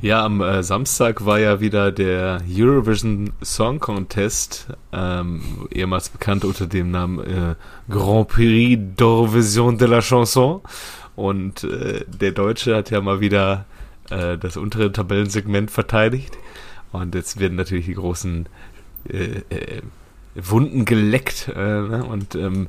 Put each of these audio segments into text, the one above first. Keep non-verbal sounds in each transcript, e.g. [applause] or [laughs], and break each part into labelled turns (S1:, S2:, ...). S1: Ja, am äh, Samstag war ja wieder der Eurovision Song Contest, ähm, ehemals bekannt unter dem Namen äh, Grand Prix d'Eurovision de la Chanson. Und äh, der Deutsche hat ja mal wieder äh, das untere Tabellensegment verteidigt. Und jetzt werden natürlich die großen äh, äh, Wunden geleckt. Äh, ne? Und ähm,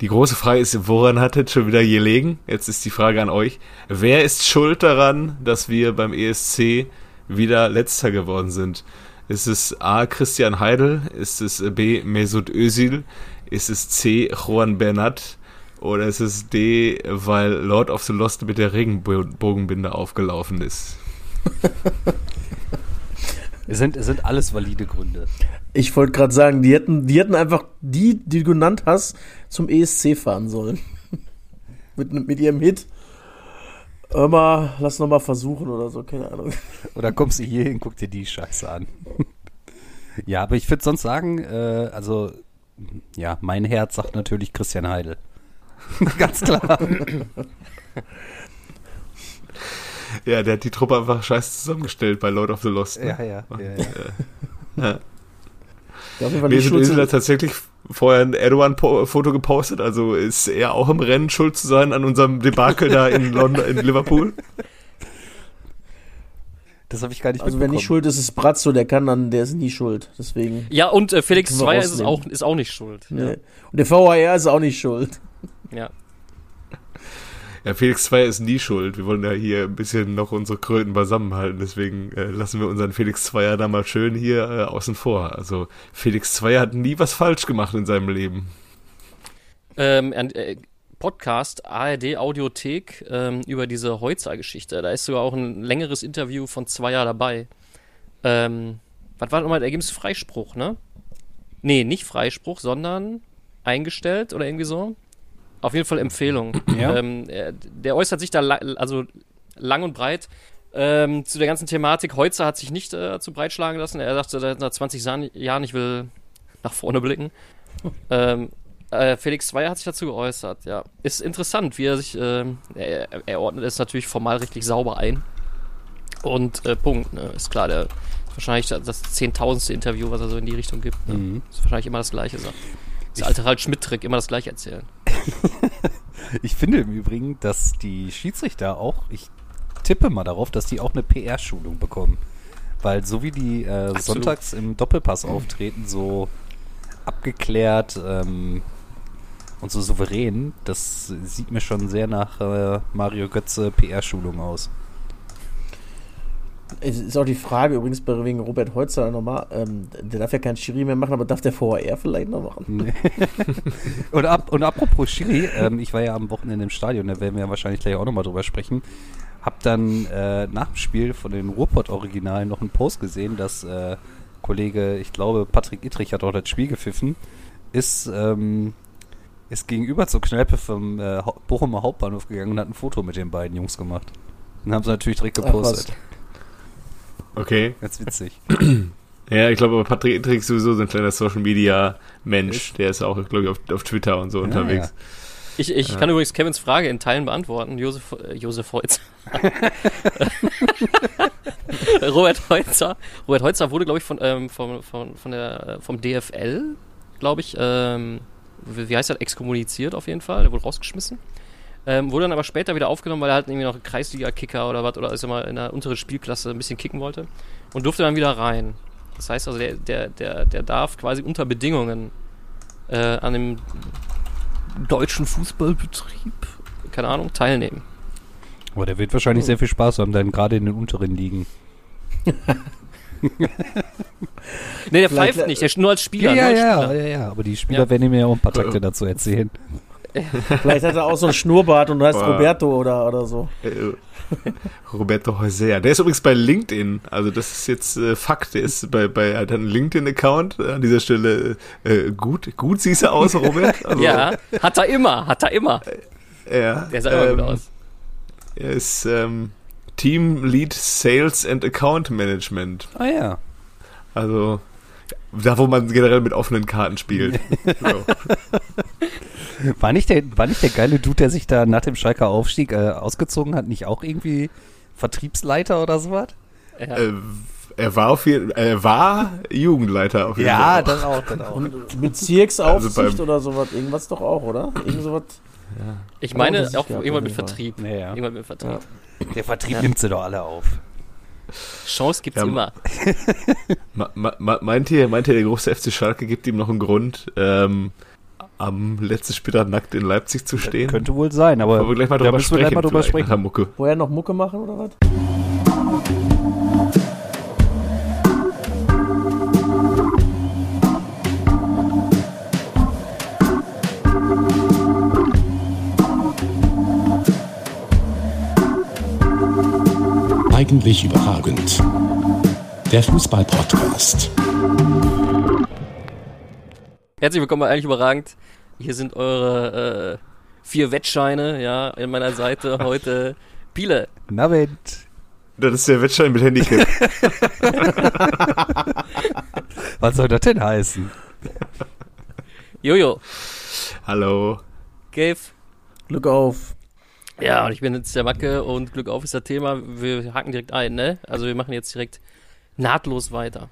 S1: die große Frage ist, woran hat es schon wieder gelegen? Jetzt ist die Frage an euch. Wer ist schuld daran, dass wir beim ESC wieder letzter geworden sind? Ist es A. Christian Heidel? Ist es B. Mesut Özil? Ist es C. Juan Bernat? Oder ist es D, weil Lord of the Lost mit der Regenbogenbinde aufgelaufen ist?
S2: Es sind, es sind alles valide Gründe.
S3: Ich wollte gerade sagen, die hätten, die hätten einfach die, die du genannt hast, zum ESC fahren sollen. [laughs] mit, mit ihrem Hit. Hör mal, lass noch mal versuchen oder so, keine Ahnung.
S2: Oder kommst du hier hin, guck dir die Scheiße an. [laughs] ja, aber ich würde sonst sagen, äh, also, ja, mein Herz sagt natürlich Christian Heidel. [laughs] Ganz klar.
S1: Ja, der hat die Truppe einfach scheiße zusammengestellt bei Lord of the Lost. Ne?
S2: Ja, ja,
S1: Und,
S2: ja, ja.
S1: Äh, ja.
S3: Der hat auf jeden Fall die
S1: Mesut Özil
S3: Schulze,
S1: hat tatsächlich vorher ein Erdogan-Foto gepostet, also ist er auch im Rennen schuld zu sein an unserem Debakel da in London, in Liverpool.
S2: Das habe ich gar nicht
S3: also wer
S2: mitbekommen.
S3: nicht schuld ist, ist Bratzo, der kann dann, der ist nie schuld. Deswegen.
S4: Ja, und äh, Felix
S3: Können wir
S4: 2 ist, es
S3: rausnehmen.
S4: auch, ist auch nicht schuld.
S3: Ne. Und der VHR ist auch nicht schuld.
S4: Ja.
S1: [laughs] Ja, Felix 2 ist nie schuld. Wir wollen ja hier ein bisschen noch unsere Kröten beisammenhalten. Deswegen äh, lassen wir unseren Felix 2 da mal schön hier äh, außen vor. Also Felix 2 hat nie was falsch gemacht in seinem Leben.
S4: Ähm, und, äh, Podcast ARD Audiothek ähm, über diese Heuzer-Geschichte. Da ist sogar auch ein längeres Interview von zwei Jahren dabei. Ähm, was war nochmal? Da gibt es Freispruch, ne? Nee, nicht Freispruch, sondern eingestellt oder irgendwie so. Auf jeden Fall Empfehlung.
S2: Ja.
S4: Ähm, er- der äußert sich da la also lang und breit ähm, zu der ganzen Thematik. Heuzer hat sich nicht äh, zu breitschlagen lassen. Er sagte seit nach 20 Sa- Jahren, ich will nach vorne blicken. ähm, äh, Felix Zweier hat sich dazu geäußert, ja. Ist interessant, wie er sich, ähm, er, er ordnet es natürlich formal richtig sauber ein. Und äh, Punkt, ne? ist klar, der ist wahrscheinlich das- das zehntausendste Interview, was er so in die Richtung gibt. Ne?
S2: Mhm.
S4: Ist wahrscheinlich immer das gleiche Sache. Das alte Harald Schmidt-Trick, immer das gleiche erzählen.
S2: Ich finde im Übrigen, dass die Schiedsrichter auch, ich tippe mal darauf, dass die auch eine PR-Schulung bekommen. Weil so wie die äh, sonntags im Doppelpass auftreten, so abgeklärt ähm, und so souverän, das sieht mir schon sehr nach äh, Mario Götze PR-Schulung aus.
S3: Es ist auch die Frage übrigens bei wegen Robert Holzer nochmal, ähm, der darf ja keinen Schiri mehr machen, aber darf der VHR vielleicht noch machen?
S2: Nee. [laughs] und, ab, und apropos Chili, ähm, ich war ja am Wochenende im Stadion, da werden wir ja wahrscheinlich gleich auch nochmal drüber sprechen. Hab dann äh, nach dem Spiel von den Ruhrpott-Originalen noch einen Post gesehen, dass äh, Kollege, ich glaube, Patrick Ittrich hat auch das Spiel gepfiffen, ist, ähm, ist gegenüber zur Kneipe vom äh, Hau- Bochumer Hauptbahnhof gegangen und hat ein Foto mit den beiden Jungs gemacht. Dann haben sie natürlich direkt
S3: Ach, was.
S2: gepostet.
S1: Okay.
S2: Ganz witzig.
S1: Ja, ich glaube, aber Patrick Intrick ist sowieso so ein kleiner Social Media Mensch. Der ist auch, glaube ich, auf, auf Twitter und so unterwegs.
S4: Ich, ich kann übrigens Kevins Frage in Teilen beantworten. Josef, äh, Josef Heutzer. Robert Heutzer. Robert Heutzer wurde, glaube ich, von, ähm, von, von, von der, äh, vom DFL, glaube ich, ähm, wie wie heißt das, exkommuniziert auf jeden Fall. Der wurde rausgeschmissen. Ähm, wurde dann aber später wieder aufgenommen, weil er halt irgendwie noch Kreisliga-Kicker oder was, oder ist er mal in der unteren Spielklasse ein bisschen kicken wollte. Und durfte dann wieder rein. Das heißt also, der, der, der, der darf quasi unter Bedingungen äh, an dem deutschen Fußballbetrieb, keine Ahnung, teilnehmen.
S2: Aber der wird wahrscheinlich sehr viel Spaß haben, dann gerade in den unteren Ligen.
S4: Nee, der
S3: Vielleicht-
S4: pfeift nicht, der ist nur als Spieler.
S2: ja,
S4: ne?
S2: ja,
S4: Spieler.
S2: ja, ja, Äh. aber die Spieler
S4: Ja.
S2: werden mir ja auch ein paar Takte dazu erzählen.
S3: Vielleicht hat er auch so einen Schnurrbart
S2: [laughs]
S3: und heißt
S1: Boah.
S3: Roberto oder, oder so.
S1: Äh, Roberto Hosea. Der ist übrigens bei LinkedIn. Also das ist jetzt äh, Fakt. Der ist bei, bei hat einen LinkedIn-Account. An dieser Stelle äh, gut, gut siehst du aus,
S4: [laughs]
S1: Robert. Also,
S4: Ja, hat er immer, hat er immer.
S1: Ja,
S4: Der sah immer
S1: ähm,
S4: gut aus.
S1: Er ist ähm, Team Lead Sales and Account Management.
S2: Ah ja.
S1: Also da, wo man generell mit offenen Karten
S4: [laughs]
S1: spielt. so.
S2: War nicht, der, war nicht der geile Dude, der sich da nach dem Schalker Aufstieg äh, ausgezogen hat, nicht auch irgendwie Vertriebsleiter oder sowas?
S4: Ja.
S1: Äh, er war auf jeden, er war Jugendleiter auf jeden
S2: Ja,
S1: Fall.
S2: das auch, das auch.
S3: Und Bezirksaufsicht
S1: Also beim-
S3: oder sowas, irgendwas doch auch, oder? Irgend sowas.
S4: Ich
S3: Oh,
S4: meine
S3: das ist
S4: auch
S3: ja auf
S4: irgendwann mit
S3: jeden Fall.
S4: Vertrieb.
S2: Naja.
S4: Irgendwann mit Vertrieb.
S2: Der Vertrieb nimmt sie doch alle auf.
S4: Chance gibt's
S1: Ja,
S4: immer.
S1: Ma, ma, ma, meint ihr, meint ihr, der große FC Schalke gibt ihm noch einen Grund, ähm, am letzten Spieltag nackt in Leipzig zu stehen?
S2: Könnte wohl sein, aber
S1: Wollen wir gleich mal
S2: da
S1: drüber
S2: müssen wir
S1: sprechen.
S2: gleich mal drüber
S1: vielleicht,
S2: sprechen.
S1: Nachher Mucke.
S3: Vorher noch Mucke machen oder was?
S5: Eigentlich überragend. Der Fußball-Podcast.
S4: Herzlich willkommen bei Eigentlich Überragend. Hier sind eure äh, vier Wettscheine, ja, an meiner Seite heute. Biele,
S2: Navid.
S1: Das ist der Wettschein mit Handicap.
S2: Was soll das denn heißen?
S4: Jojo,
S1: Hallo.
S4: Gabe.
S3: Glück auf.
S4: Ja, und ich bin jetzt der Macke und Glück auf ist das Thema. Wir haken direkt ein, ne? Also wir machen jetzt direkt nahtlos weiter.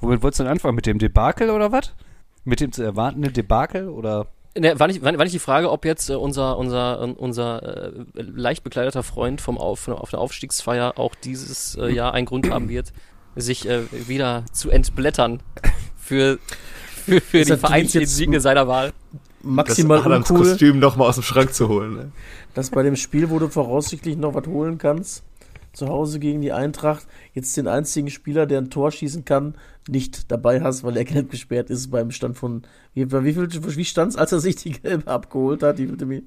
S2: Womit wolltest du denn anfangen? Mit dem Debakel oder was? Mit dem zu erwartenden Debakel oder?
S4: Ne, war, nicht, war, war nicht die Frage, ob jetzt äh, unser, unser, äh, unser äh, leicht bekleideter Freund vom auf, von, auf der Aufstiegsfeier auch dieses äh, Jahr einen Grund haben wird, sich äh, wieder zu entblättern für, für, für
S3: Ist
S4: die
S3: natürlich
S4: Vereinsinsigne
S3: jetzt-
S4: seiner Wahl.
S1: Das
S3: Maximal
S1: Adams
S3: uncool,
S1: Kostüm noch mal aus dem Schrank zu holen. Ne?
S3: dass bei dem Spiel, wo du voraussichtlich noch was holen kannst, zu Hause gegen die Eintracht, jetzt den einzigen Spieler, der ein Tor schießen kann, nicht dabei hast, weil er gelb gesperrt ist beim Stand von. Wie, bei wie, viel- wie stand's, als er sich die gelbe abgeholt hat? Die, die,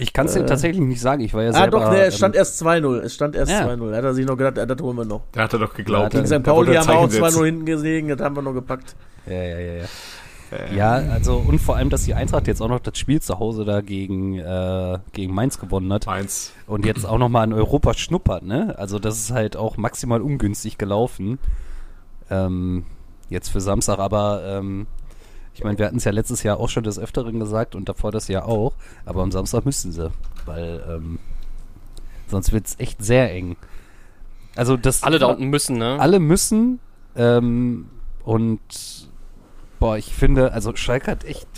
S2: Ich kann es dir
S3: Äh.
S2: tatsächlich nicht sagen. Ich war ja
S3: ah,
S2: selber.
S3: doch, nee, es
S2: ähm,
S3: stand erst 2-0. Es stand erst
S2: Ja.
S3: 2-0. Da hat er sich noch gedacht, ja, das holen wir noch.
S1: Da hat er doch geglaubt.
S2: Ja,
S1: Ja,
S2: da-
S3: Gegen St. Pauli haben wir auch 2-0 hinten gesehen, das haben wir noch gepackt.
S2: Ja, ja, ja,
S1: Äh,
S2: ja. Ja, also und vor allem, dass die Eintracht jetzt auch noch das Spiel zu Hause da gegen, äh, gegen Mainz gewonnen hat
S1: Eins.
S2: und jetzt auch noch mal an Europa schnuppert, ne? Also das ist halt auch maximal ungünstig gelaufen. Ähm, jetzt für Samstag, aber ähm, ich meine, wir hatten es ja letztes Jahr auch schon des Öfteren gesagt und davor das Jahr auch, aber am Samstag müssen sie, weil ähm, sonst wird es echt sehr eng. Also das
S4: Alle da unten müssen, ne?
S2: alle müssen. Ähm, und boah, ich finde, also Schalke hat echt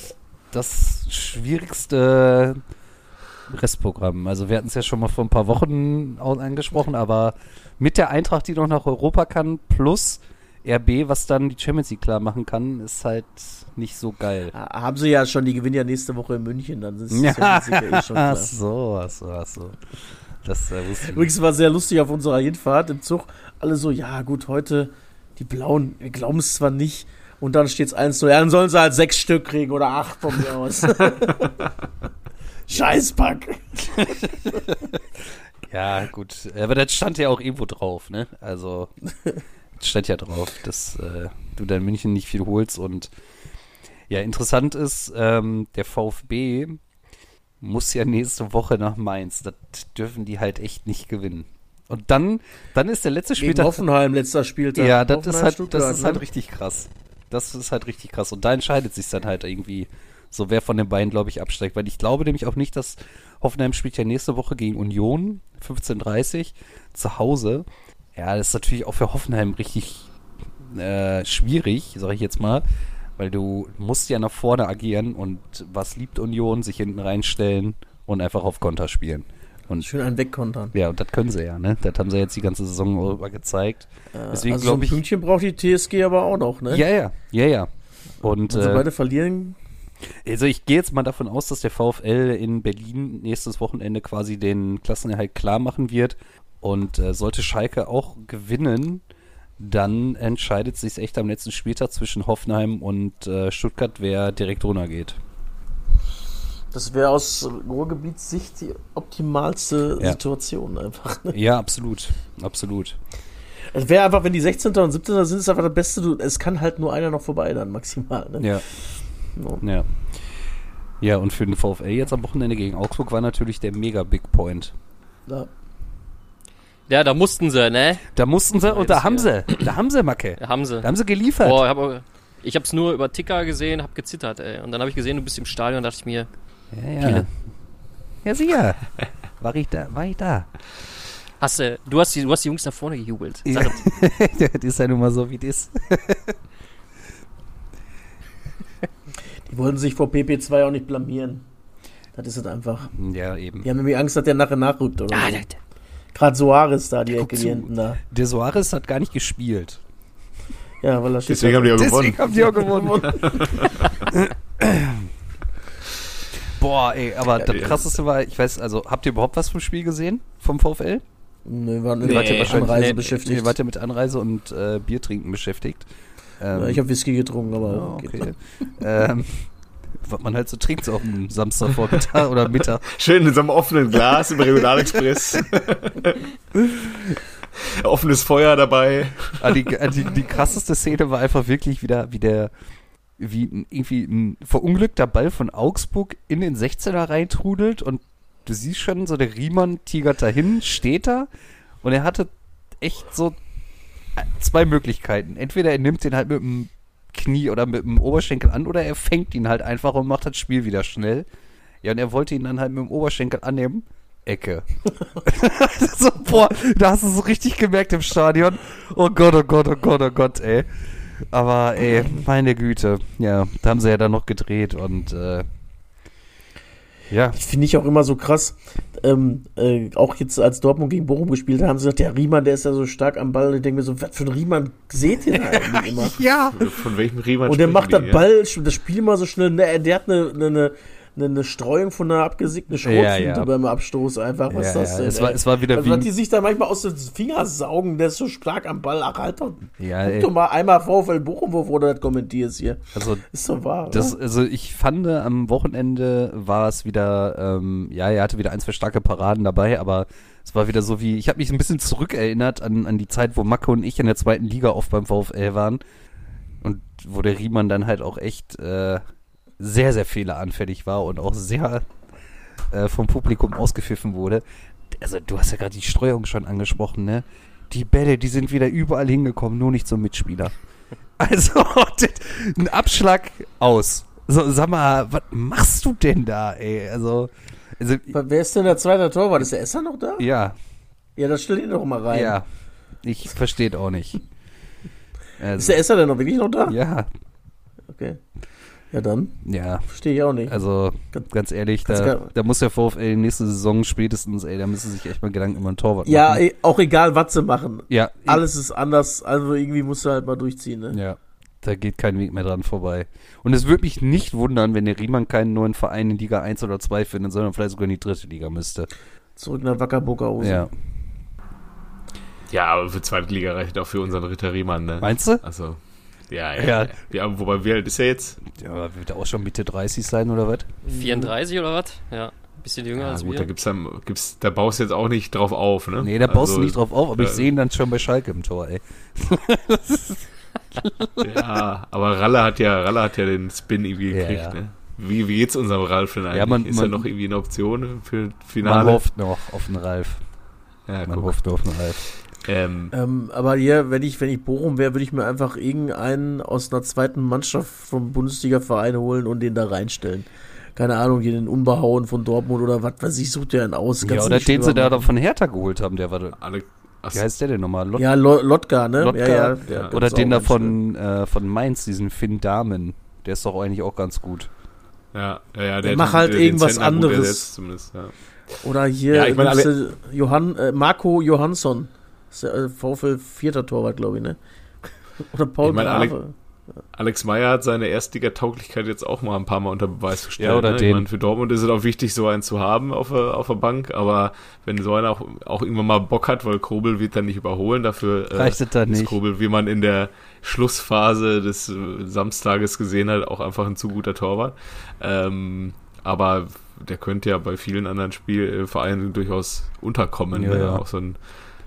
S2: das schwierigste Restprogramm. Also wir hatten es ja schon mal vor ein paar Wochen au- angesprochen, aber mit der Eintracht, die noch nach Europa kann, plus RB, was dann die Champions League klar machen kann, ist halt nicht so geil.
S3: Ah, Haben sie ja schon, die gewinnen ja nächste Woche in München, dann ist
S2: Ja.
S3: es ja
S2: [laughs]
S3: eh schon
S2: Ach
S3: klar.
S2: so, ach so, ach so. Das äh, wusste ich. nicht.
S3: Übrigens war sehr lustig auf unserer Hinfahrt im Zug. Alle so, ja gut, heute die Blauen, wir glauben es zwar nicht. Und dann steht es 1-0. Ja, dann sollen sie halt sechs Stück kriegen oder acht von
S2: [laughs]
S3: mir aus. [laughs] Scheißpack.
S2: Ja, gut. Aber das stand ja auch irgendwo drauf, ne? Also, das stand ja drauf, dass äh, du dann München nicht viel holst. Und ja, interessant ist, ähm, der VfB muss ja nächste Woche nach Mainz. Das dürfen die halt echt nicht gewinnen. Und dann, dann ist der letzte
S3: Gegen
S2: Spieltag.
S3: Hoffenheim, letzter Spieltag.
S2: Ja, das ist
S3: Hoffenheim,
S2: halt,
S3: Stuttgart,
S2: das ist halt
S3: ne?
S2: richtig krass. Das ist halt richtig krass. Und da entscheidet sich dann halt irgendwie, so wer von den beiden, glaube ich, absteigt. Weil ich glaube nämlich auch nicht, dass Hoffenheim spielt ja nächste Woche gegen Union, 15.30 zu Hause. Ja, das ist natürlich auch für Hoffenheim richtig äh, schwierig, sage ich jetzt mal. Weil du musst ja nach vorne agieren und was liebt Union? Sich hinten reinstellen und einfach auf Konter spielen. Und
S3: Schön einen wegkontern.
S2: ja, und das können sie ja, ne? Das haben sie jetzt die ganze Saison über gezeigt. Deswegen
S3: also so ein
S2: glaube ich.
S3: Pünktchen braucht die TSG aber auch noch, ne?
S2: Ja, ja, ja, ja. Und
S3: Wenn sie
S2: äh,
S3: beide verlieren,
S2: also ich gehe jetzt mal davon aus, dass der VfL in Berlin nächstes Wochenende quasi den Klassenerhalt klar machen wird. Und äh, sollte Schalke auch gewinnen, dann entscheidet sich echt am letzten Spieltag zwischen Hoffenheim und äh, Stuttgart, wer direkt
S3: [laughs]
S2: runtergeht.
S3: das wäre aus Ruhrgebietssicht die optimalste
S2: Ja.
S3: Situation einfach.
S2: ja, absolut, absolut.
S3: Es wäre einfach, wenn die 16. und 17. sind, ist einfach das Beste. Du, es kann halt nur einer noch vorbei dann maximal. Ne?
S2: Ja.
S3: No.
S2: Ja. Ja, und für den VfL jetzt am Wochenende gegen Augsburg war natürlich der mega Big Point.
S3: Ja.
S4: Ja, da mussten sie, ne?
S2: Da mussten sie und da haben
S4: Beides,
S2: sie, da haben sie Macke.
S4: Da haben sie.
S2: Da haben sie geliefert.
S4: Boah, ich hab, auch- ich hab's nur über Ticker gesehen, hab gezittert, ey. Und dann habe ich gesehen, du bist im Stadion, dachte ich mir,
S2: [laughs] Ja, ja. ja sicher. War ich da, war ich da.
S4: Hast du, du hast die, du hast die Jungs nach vorne gejubelt.
S2: Ja.
S4: Sag,
S2: das ist ja nun mal so, wie das ist.
S3: Die wollten sich vor PP2 auch nicht blamieren. Das ist es einfach.
S2: Ja, eben.
S3: Die haben nämlich Angst, dass der nachher nachrückt oder
S4: ah,
S3: so.
S4: der, der,
S3: Gerade Soares da, die Ecke,
S2: guckt
S3: die
S2: zu.
S3: hinten da.
S2: Der Soares hat gar nicht gespielt.
S3: Ja, weil er steht
S1: Deswegen haben die auch gewonnen.
S2: Deswegen haben die auch gewonnen.
S3: [laughs]
S2: [laughs] Boah, ey, aber das
S1: ja.
S2: krasseste war, ich weiß, also habt ihr überhaupt was vom Spiel gesehen? Vom VfL?
S3: Nö, wir waren
S2: Ihr wart ja
S3: nee, mit Anreise
S2: nee,
S3: beschäftigt.
S2: Ihr wart ja mit Anreise und äh, Bier trinken beschäftigt. Ähm,
S3: Ja, ich habe Whisky getrunken, aber
S2: ah,
S3: okay.
S2: okay. ähm, [laughs] was man halt so trinkt, so auf dem
S3: [laughs]
S2: Samstagvormittag oder Mittag.
S1: Schön in so einem offenen Glas im Regionalexpress. Offenes Feuer dabei.
S2: Ah, die, äh, die, die krasseste Szene war einfach wirklich wieder, wie der, wie ein- irgendwie ein verunglückter Ball von Augsburg in den 16er reintrudelt und du siehst schon, so der Riemann tigert dahin, steht da und er hatte echt so äh, zwei Möglichkeiten. Entweder er nimmt den halt mit dem Knie oder mit dem Oberschenkel an oder er fängt ihn halt einfach und macht das Spiel wieder schnell. Ja, und er wollte ihn dann halt mit dem Oberschenkel annehmen. Ecke. [laughs] so, boah, da hast du es so richtig gemerkt im Stadion. Oh Gott, oh Gott, oh Gott, oh Gott, ey. Aber ey, meine Güte. Ja, da haben sie ja dann noch gedreht und äh, ja.
S3: Das finde ich auch immer so krass. Ähm, äh, auch jetzt, als Dortmund gegen Bochum gespielt hat, haben sie gesagt, der Riemann, der ist ja so stark am Ball. Und ich denke mir so, was für ein Riemann seht ihr da eigentlich immer?
S2: Ja.
S1: Von welchem Riemann
S3: Und der
S1: sprechen
S3: macht
S1: die
S3: das
S1: hier?
S3: Ball, das Spiel mal so schnell. Ne, der hat eine, eine, eine, eine Streuung von einer abgesickten Schrotflinte
S2: Ja, ja.
S3: beim Abstoß einfach. Was ist
S2: ja,
S3: das
S2: ja,
S3: denn?
S2: es war-
S3: ey?
S2: es war wieder
S3: also,
S2: wie
S3: was
S2: ein-
S3: die sich da manchmal aus den Fingern saugen, der ist so stark am Ball. Ach, halt doch.
S2: Ja,
S3: Guck
S2: ey.
S3: doch mal einmal VfL Bochum, wo du das kommentierst hier.
S2: Also
S3: Ist doch wahr.
S2: Das,
S3: oder?
S2: also ich fand, am Wochenende war es wieder, ähm, ja, er hatte wieder ein, zwei starke Paraden dabei, aber es war wieder so wie, ich habe mich ein bisschen zurückerinnert an, an die Zeit, wo Macke und ich in der zweiten Liga oft beim VfL waren und wo der Riemann dann halt auch echt äh, sehr, sehr fehleranfällig war und auch sehr äh, vom Publikum ausgepfiffen wurde. Also du hast ja gerade die Streuung schon angesprochen, ne? Die Bälle, die sind wieder überall hingekommen, nur nicht zum
S3: [laughs]
S2: Mitspieler. Also, [laughs] ein Abschlag aus. So, sag mal, was machst du denn da, ey? Also, also
S3: Wer ist denn der zweite Torwart? Ist der Esser noch da?
S2: ja,
S3: Ja, das stell ihn doch mal rein.
S2: ja. Ich verstehe auch nicht.
S3: Ist
S2: Also,
S3: der Esser denn noch wirklich noch da?
S2: ja,
S3: Okay. Ja, dann
S2: ja.
S3: verstehe ich auch nicht.
S2: Also, ganz ehrlich, da,
S3: Ganz klar.
S2: da muss der VfL nächste Saison spätestens, ey, da müssen sie sich echt mal Gedanken über einen Torwart
S3: ja,
S2: machen.
S3: eh, auch egal, was sie machen.
S2: ja,
S3: Alles ist anders, also irgendwie musst du halt mal durchziehen, ne?
S2: Ja, da geht kein Weg mehr dran vorbei. Und es würde mich nicht wundern, wenn der Riemann keinen neuen Verein in Liga 1 oder 2 findet, sondern vielleicht sogar in die dritte Liga müsste.
S3: Zurück nach Wackerburger
S1: Oh,
S3: Hose.
S2: Ja.
S1: Ja, aber für zweite Liga reicht auch für unseren Ritter Riemann, ne?
S2: Meinst du?
S1: Also, ja, ja.
S2: Ja.
S1: ja. ja wobei, wie alt ist er jetzt?
S2: Ja, aber wird er auch schon Mitte 30 sein oder was?
S4: 34 oder was? Ja, bisschen jünger
S1: Ja,
S4: als
S1: gut,
S4: wir.
S1: da, gibt's dann, gibt's, da baust du jetzt auch nicht drauf auf, ne?
S2: Nee, da baust
S1: Also,
S2: du nicht drauf auf, aber ich
S1: äh,
S2: sehe ihn dann schon bei Schalke im Tor, ey.
S1: Ja, aber Ralle hat ja, Ralle hat ja den Spin irgendwie
S2: Ja,
S1: gekriegt,
S2: ja.
S1: ne? Wie, wie geht's unserem Ralf denn eigentlich?
S2: man-
S1: ist
S2: man-
S1: er noch irgendwie eine Option für
S2: Man
S1: Finale?
S2: hofft noch auf den Ralf.
S1: ja,
S2: Man
S1: guck.
S2: hofft nur auf den Ralf.
S1: Ähm,
S3: Ähm, aber hier, wenn ich, wenn ich Bochum wäre, würde ich mir einfach irgendeinen aus einer zweiten Mannschaft vom Bundesliga-Verein holen und den da reinstellen. Keine Ahnung, hier den Unbehauen von Dortmund oder was weiß ich, sucht der einen aus.
S2: Ja,
S3: Kannst du
S2: oder
S3: nicht
S2: den sie
S3: schlimmer
S2: da
S3: machen.
S2: doch von Hertha geholt haben, der war da-
S1: alle, ach,
S2: Wie heißt der denn nochmal? Lot
S3: Ja, Lo- Lotka, ne?
S2: Lotka.
S3: ja, ja, der
S1: Ja.
S3: kann's
S2: oder
S3: auch
S2: den da
S3: reinstellen.
S2: von, äh, von Mainz, diesen Finn Damen. Der ist doch eigentlich auch ganz gut.
S1: ja, ja, ja, der
S3: mach
S1: hat
S3: halt
S1: den
S3: irgendwas
S1: Zentner gut
S3: anderes.
S1: ersetzt Zumindest, ja.
S3: Oder hier
S1: Ja, ich meine, alle-
S3: nimmst du Johann, äh, Marco Johansson. Ist der äh, VfL vierter Torwart, glaube ich, ne? [laughs] Oder Paul
S1: Ich meine, alle-
S3: Grave.
S1: Alex Meyer hat seine Erstligatauglichkeit jetzt auch mal ein paar Mal unter Beweis gestellt.
S2: Ja, oder
S1: ne?
S2: den.
S1: Ich meine, für Dortmund ist es auch wichtig, so einen zu haben auf der, auf der Bank, aber wenn so einer auch, auch irgendwann mal Bock hat, weil Kobel wird dann nicht überholen, dafür äh,
S2: Reicht es da
S1: ist
S2: nicht?
S1: Kobel, wie man in der Schlussphase des äh, Samstages gesehen hat, auch einfach ein zu guter Torwart. Ähm, aber der könnte ja bei vielen anderen Spielvereinen durchaus unterkommen.
S2: Ja,
S1: ne?
S2: ja.
S1: Auch so ein,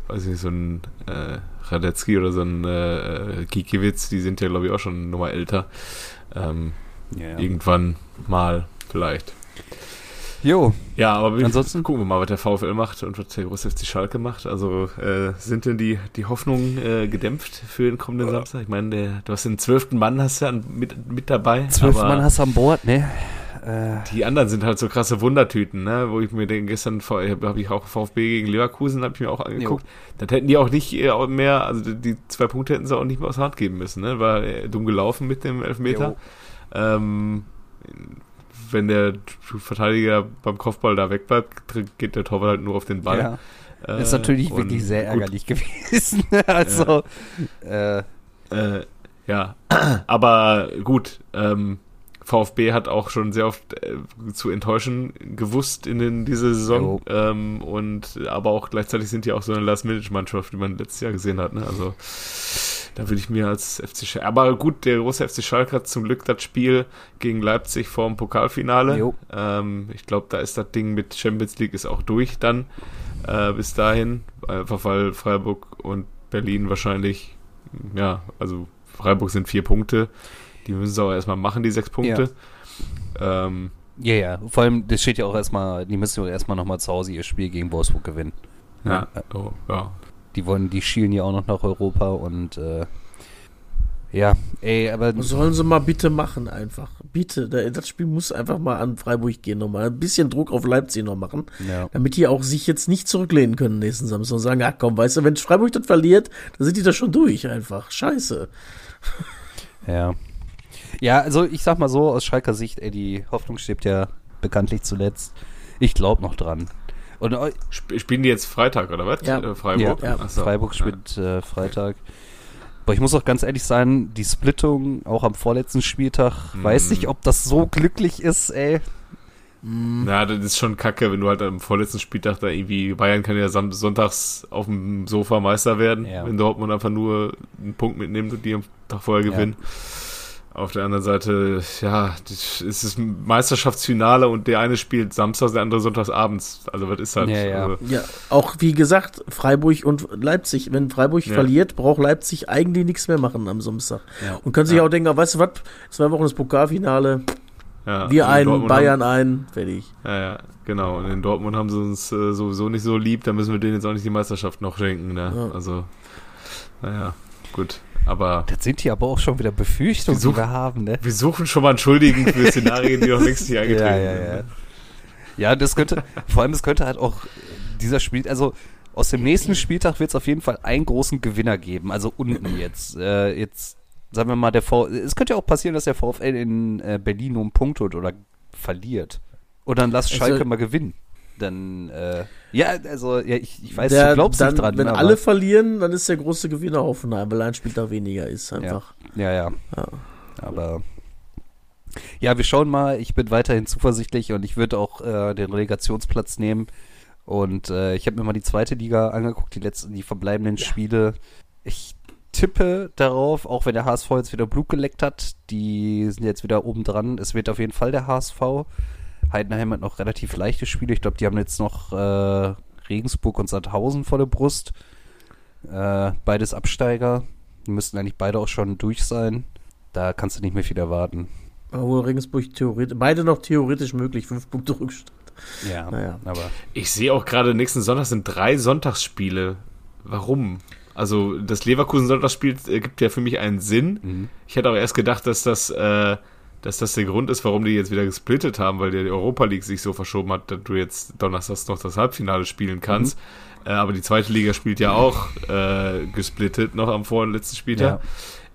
S1: weiß nicht, so ein äh, Radetzky oder so ein äh, Gikiewicz, die sind ja, glaube ich, auch schon nochmal älter. Ähm,
S2: Ja, ja.
S1: Irgendwann mal vielleicht.
S2: Jo,
S1: Ja, aber wir-
S2: Ansonsten?
S1: gucken wir mal, was der VfL macht und was der große FC Schalke macht. Also äh, sind denn die, die Hoffnungen äh, gedämpft für den kommenden Samstag? Ich meine, der, du hast den zwölften Mann hast du an, mit, mit dabei.
S2: zwölf
S1: aber
S2: Mann hast du an Bord, ne? Äh,
S1: Die anderen sind halt so krasse Wundertüten, ne? Wo ich mir den gestern habe ich auch VfB gegen Leverkusen habe ich mir auch angeguckt. Dann hätten die auch nicht äh, auch mehr, also die- die zwei Punkte hätten sie auch nicht mehr aus der Hand geben müssen, ne? War äh, dumm gelaufen mit dem Elfmeter.
S2: jo.
S1: Ähm, wenn der Verteidiger beim Kopfball da wegbleibt, tr- geht der Torwart halt nur auf den Ball.
S2: Ja.
S1: Äh,
S2: Ist natürlich
S1: und
S2: wirklich sehr
S1: gut,
S2: ärgerlich [laughs] gewesen. also, äh,
S1: Äh, ja, [clears throat] aber gut. Ähm, VfB hat auch schon sehr oft äh, zu enttäuschen gewusst in den, dieser Saison.
S2: Jo.
S1: Ähm, und aber auch gleichzeitig sind die auch so eine Last-Minute-Mannschaft, die man letztes Jahr gesehen hat. Ne? Also da würde ich mir als FC Schalke. Aber gut, der große FC Schalke hat zum Glück das Spiel gegen Leipzig vor dem Pokalfinale.
S2: äh, Jo.
S1: Ähm, ich glaube, da ist das Ding mit Champions League ist auch durch dann äh, bis dahin. Einfach weil Freiburg und Berlin wahrscheinlich, ja, also Freiburg sind vier Punkte. Die müssen sie auch erstmal machen, die sechs Punkte. Ähm,
S2: ja, ja. Vor allem, das steht ja auch erstmal, die müssen ja erstmal nochmal zu Hause ihr Spiel gegen Wolfsburg gewinnen.
S1: ja, oh, ja.
S2: Die wollen, die schielen ja auch noch nach Europa und äh, ja, ey, aber
S3: Sollen sie mal bitte machen, einfach. Bitte. Da- Das Spiel muss einfach mal an Freiburg gehen nochmal. Ein bisschen Druck auf Leipzig noch machen.
S2: ja.
S3: Damit die auch sich jetzt nicht zurücklehnen können nächsten Samstag und sagen, ach komm, weißt du, wenn Freiburg das verliert, dann sind die da schon durch einfach. Scheiße.
S2: ja. Ja, also ich sag mal so, aus Schalker Sicht, ey, die Hoffnung stirbt ja bekanntlich zuletzt. Ich glaube noch dran. Und äh, eu-
S1: Sp spielen die jetzt Freitag oder was?
S3: Ja.
S1: Äh, Freiburg.
S3: Ja. Ja.
S1: Ach so.
S2: Freiburg spielt äh, Freitag. Aber ich muss auch ganz ehrlich sein, die Splittung auch am vorletzten Spieltag,
S1: Mhm.
S2: weiß nicht, ob das so glücklich ist, ey.
S1: Na, das ist schon kacke, wenn du halt am vorletzten Spieltag da irgendwie, Bayern kann ja sam- sonntags auf dem Sofa Meister werden,
S2: Ja.
S1: wenn Dortmund einfach nur einen Punkt mitnimmt und die am Tag vorher
S2: Ja.
S1: gewinnen. Auf der anderen Seite, ja, das ist das Meisterschaftsfinale und der eine spielt samstags, der andere sonntags abends. Also was ist halt.
S2: Ja, ja.
S1: Also,
S3: Ja, auch wie gesagt, Freiburg und Leipzig. Wenn Freiburg
S1: Ja.
S3: verliert, braucht Leipzig eigentlich nichts mehr machen am Samstag.
S2: Ja.
S3: Und können sich auch denken, weißt du was, zwei Wochen das Pokalfinale,
S1: ja.
S3: wir
S1: Und
S3: ein,
S1: Dortmund
S3: Bayern ein, fertig.
S1: Haben, ja, ja, genau. Und in Dortmund haben sie uns äh, sowieso nicht so lieb, da müssen wir denen jetzt auch nicht die Meisterschaft noch schenken. Ne?
S3: Ja.
S1: Also, naja, gut. Aber
S2: Das sind hier aber auch schon wieder Befürchtungen,
S1: Wieso?
S2: die wir haben, ne?
S1: Wir suchen schon mal einen Schuldigen [laughs] für Szenarien, die noch längst nicht eingetreten
S2: Ja, ja,
S1: sind. ne?
S2: ja. Ja, das könnte, vor allem, das könnte halt auch äh, dieser Spiel, also aus dem nächsten Spieltag wird es auf jeden Fall einen großen Gewinner geben, also unten jetzt. Äh, jetzt, sagen wir mal, der V, es könnte ja auch passieren, dass der VfL in äh, Berlin nur einen Punkt holt oder verliert. Und dann lass
S3: Also-
S2: Schalke mal gewinnen. Dann, äh, ja, also, ja, ich, ich weiß,
S3: Der-
S2: du glaubst
S3: dann,
S2: nicht dran.
S3: Wenn
S2: aber-
S3: alle verlieren, dann ist der große Gewinner Hoffenheim, weil ein Spieltag weniger ist einfach.
S2: Ja, ja.
S3: Ja.
S2: Aber. Ja, wir schauen mal. Ich bin weiterhin zuversichtlich und ich würde auch äh, den Relegationsplatz nehmen. Und äh, ich habe mir mal die zweite Liga angeguckt, die letzten, die verbleibenden Spiele. Ich tippe darauf, auch wenn der HSV jetzt wieder Blut geleckt hat, die sind jetzt wieder oben dran. Es wird auf jeden Fall der HSV. Heidenheim hat noch relativ leichte Spiele. Ich glaube, die haben jetzt noch äh, Regensburg und Sandhausen vor der Brust. Äh, beides Absteiger. Die müssten eigentlich beide auch schon durch sein. Da kannst du nicht mehr viel erwarten.
S3: Obwohl Regensburg theoretisch, beide noch theoretisch möglich, fünf Punkte Rückstand.
S2: Ja,
S3: Naja.
S2: aber
S1: Ich sehe auch gerade, nächsten Sonntag sind drei Sonntagsspiele. Warum? Also, das Leverkusen-Sonntagsspiel äh, gibt ja für mich einen Sinn. Ich hätte auch erst gedacht, dass das, äh, dass das der Grund ist, warum die jetzt wieder gesplittet haben, weil die Europa League sich so verschoben hat, dass du jetzt donnerstags noch das Halbfinale spielen kannst. Äh, aber die zweite Liga spielt ja auch äh, gesplittet noch am vorletzten Spieltag.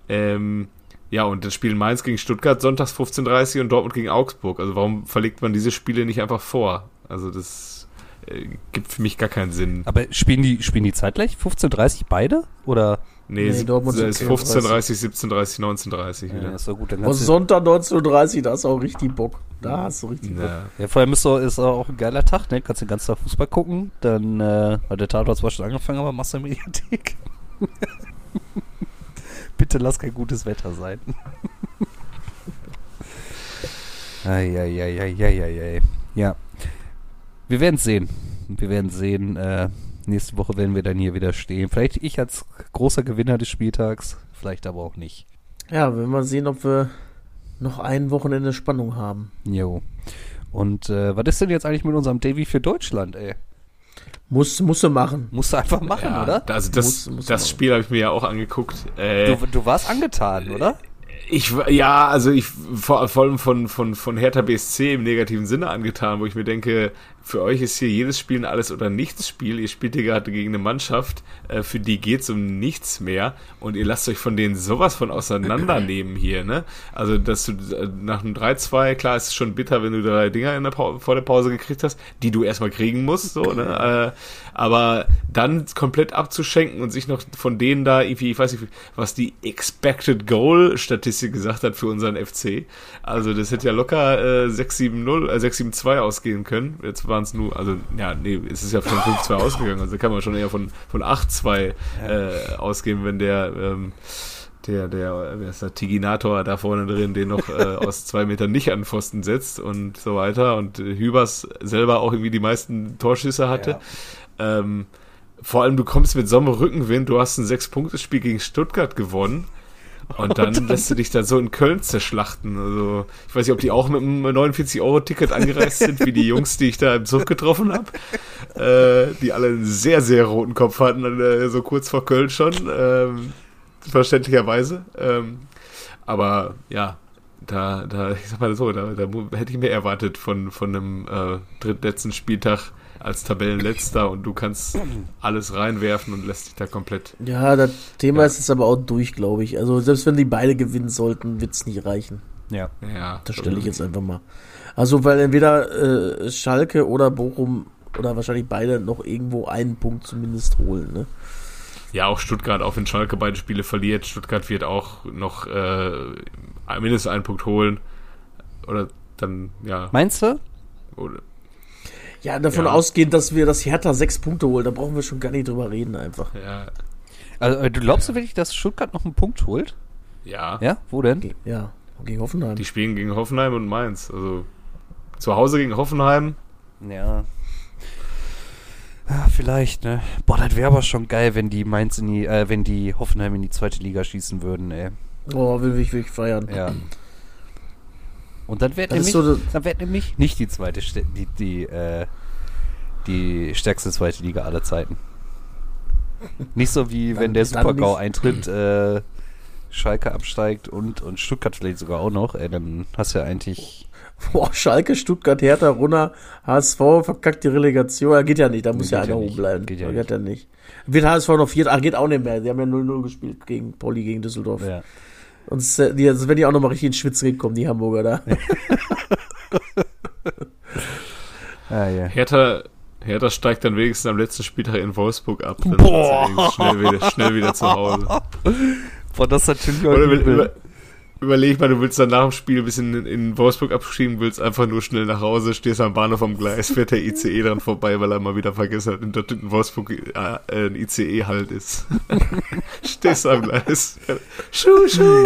S1: Ähm, ja, und das Spiel Mainz gegen Stuttgart sonntags 15.30 Uhr und Dortmund gegen Augsburg. Also warum verlegt man diese Spiele nicht einfach vor? Also das äh, gibt für mich gar keinen Sinn.
S2: aber spielen die, spielen die zeitgleich? 15.30 beide? Oder?
S1: Nee,
S3: Nee,
S1: es
S3: Dortmund
S1: ist
S3: 17:30.
S1: 15.30 17.30 19.30
S2: Ja,
S1: wieder.
S2: ist doch gut, dann
S3: Und
S2: kannst du,
S3: Sonntag 19.30 Uhr, da hast du auch richtig Bock. Da hast du richtig Bock.
S1: Ja.
S2: ja, vorher ist, ist auch ein geiler Tag, ne? Kannst den ganzen Tag Fußball gucken. Dann äh, hat der Tatort zwar schon angefangen, aber machst du eine Mediathek. [laughs] Bitte lass kein gutes Wetter sein. [laughs] Eieieiei. Ja. Wir werden sehen. Wir werden sehen. Äh, nächste Woche werden wir dann hier wieder stehen. Vielleicht ich als großer Gewinner des Spieltags, vielleicht aber auch nicht.
S3: Ja, wenn wir sehen, ob wir noch ein Wochenende Spannung haben.
S2: Jo. Und äh, was ist denn jetzt eigentlich mit unserem Davy für Deutschland, ey?
S3: Muss, muss er machen.
S2: Musst du einfach machen,
S1: Ja,
S2: oder?
S1: Also das,
S3: Muss- muss
S1: das
S3: man.
S1: Spiel habe ich mir ja auch angeguckt. Äh,
S2: Du, du warst angetan, oder?
S1: Ich, ja, also ich vor, vor allem von, von, von Hertha BSC im negativen Sinne angetan, wo ich mir denke, für euch ist hier jedes Spiel ein Alles- oder Nichts-Spiel. Ihr spielt hier gerade gegen eine Mannschaft, äh, für die geht's um nichts mehr und ihr lasst euch von denen sowas von auseinandernehmen hier, ne? Also, dass du äh, nach einem 3-2, klar, ist es schon bitter, wenn du drei Dinger in der Pau- vor der Pause gekriegt hast, die du erstmal kriegen musst, so, ne? Äh, aber dann komplett abzuschenken und sich noch von denen da irgendwie, ich weiß nicht, was die Expected Goal-Statistik gesagt hat für unseren FC. Also, das hätte ja locker äh, 6-7-0, äh, 6-7-2 ausgehen können. Jetzt waren es nur, also, ja, nee, es ist ja von 5-2 ausgegangen. Also, kann man schon eher von, von 8-2 äh, ausgehen, wenn der, ähm, der, der, wer ist der Tiginator da vorne drin, den noch äh, aus zwei Metern nicht an den Pfosten setzt und so weiter. Und äh, Hübers selber auch irgendwie die meisten Torschüsse hatte. Ähm, vor allem, du kommst mit so einem Rückenwind, du hast ein Sechs-Punkte-Spiel gegen Stuttgart gewonnen. Und dann, lässt du dich da so in Köln zerschlachten. Also, ich weiß nicht, ob die auch mit einem 49-Euro-Ticket angereist sind, wie die Jungs, die ich da im Zug getroffen habe, äh, die alle einen sehr, sehr roten Kopf hatten, äh, so kurz vor Köln schon, ähm, verständlicherweise. Ähm, aber ja, da, da, ich sag mal so, da, da mu- hätte ich mehr erwartet von, von einem äh, drittletzten Spieltag als Tabellenletzter und du kannst alles reinwerfen und lässt dich da komplett.
S3: Ja, das Thema
S1: Ja.
S3: ist jetzt aber auch durch, glaube ich. Also selbst wenn die beide gewinnen sollten, wird's nicht reichen.
S2: Ja.
S1: Ja,
S3: Das stelle ich jetzt einfach mal. Also weil entweder äh, Schalke oder Bochum oder wahrscheinlich beide noch irgendwo einen Punkt zumindest holen. Ne?
S1: Ja, auch Stuttgart, auch wenn Schalke beide Spiele verliert. Stuttgart wird auch noch äh, mindestens einen Punkt holen. Oder dann, ja.
S2: Meinst du?
S1: Oder,
S3: Ja, davon
S1: Ja.
S3: ausgehend, dass wir das Hertha sechs Punkte holen, da brauchen wir schon gar nicht drüber reden einfach.
S1: ja,
S2: Also, äh, du glaubst du wirklich, dass Stuttgart noch einen Punkt holt?
S1: ja.
S2: Ja, wo denn?
S3: Ge- Ja, gegen Hoffenheim.
S1: Die spielen gegen Hoffenheim und Mainz. Also zu Hause gegen Hoffenheim.
S2: Ja. Ah, vielleicht, ne? Boah, das wäre aber schon geil, wenn die Mainz in die, äh, wenn die Hoffenheim in die zweite Liga schießen würden, ey.
S3: Oh, will ich wirklich feiern.
S1: [clears throat]
S2: Ja. Und dann wird
S3: Das ist
S2: nämlich,
S3: so das-
S2: dann wird nämlich nicht die zweite, St- die, die, äh, die stärkste zweite Liga aller Zeiten. Nicht so wie wenn
S3: Dann-
S2: der
S3: dann
S2: Supergau
S3: nicht.
S2: eintritt, äh, Schalke absteigt und, und Stuttgart vielleicht sogar auch noch, ey, dann hast du ja eigentlich.
S3: Boah, Schalke, Stuttgart, Hertha, Runner, HSV, verkackt die Relegation. Ja, geht ja nicht, da muss
S2: Nee,
S3: ja
S2: geht
S3: einer
S2: ja
S3: oben
S2: nicht.
S3: bleiben.
S2: Geht ja
S3: Geht ja nicht. Wird HSV noch viert? Ah, geht auch nicht mehr. Die haben ja 0-0 gespielt gegen Pauli, gegen Düsseldorf.
S2: Ja.
S3: Und s- die, also wenn die auch nochmal richtig in Schwitzen gekommen, die Hamburger da.
S2: Ah, ja.
S1: Hertha, Hertha steigt dann wenigstens am letzten Spieltag in Wolfsburg ab. Dann Boah. Schnell wieder, schnell wieder zu Hause.
S2: Boah, das ist natürlich
S1: Oder über,
S2: übel.
S1: über, überleg mal, du willst dann nach dem Spiel ein bisschen in, in Wolfsburg abschieben, willst einfach nur schnell nach Hause, stehst am Bahnhof am Gleis, fährt der ICE dran vorbei, weil er mal wieder vergessen hat, in, dort in Wolfsburg äh, äh, ein ICE halt [laughs] ist. stehst am Gleis. Schuh, schuh.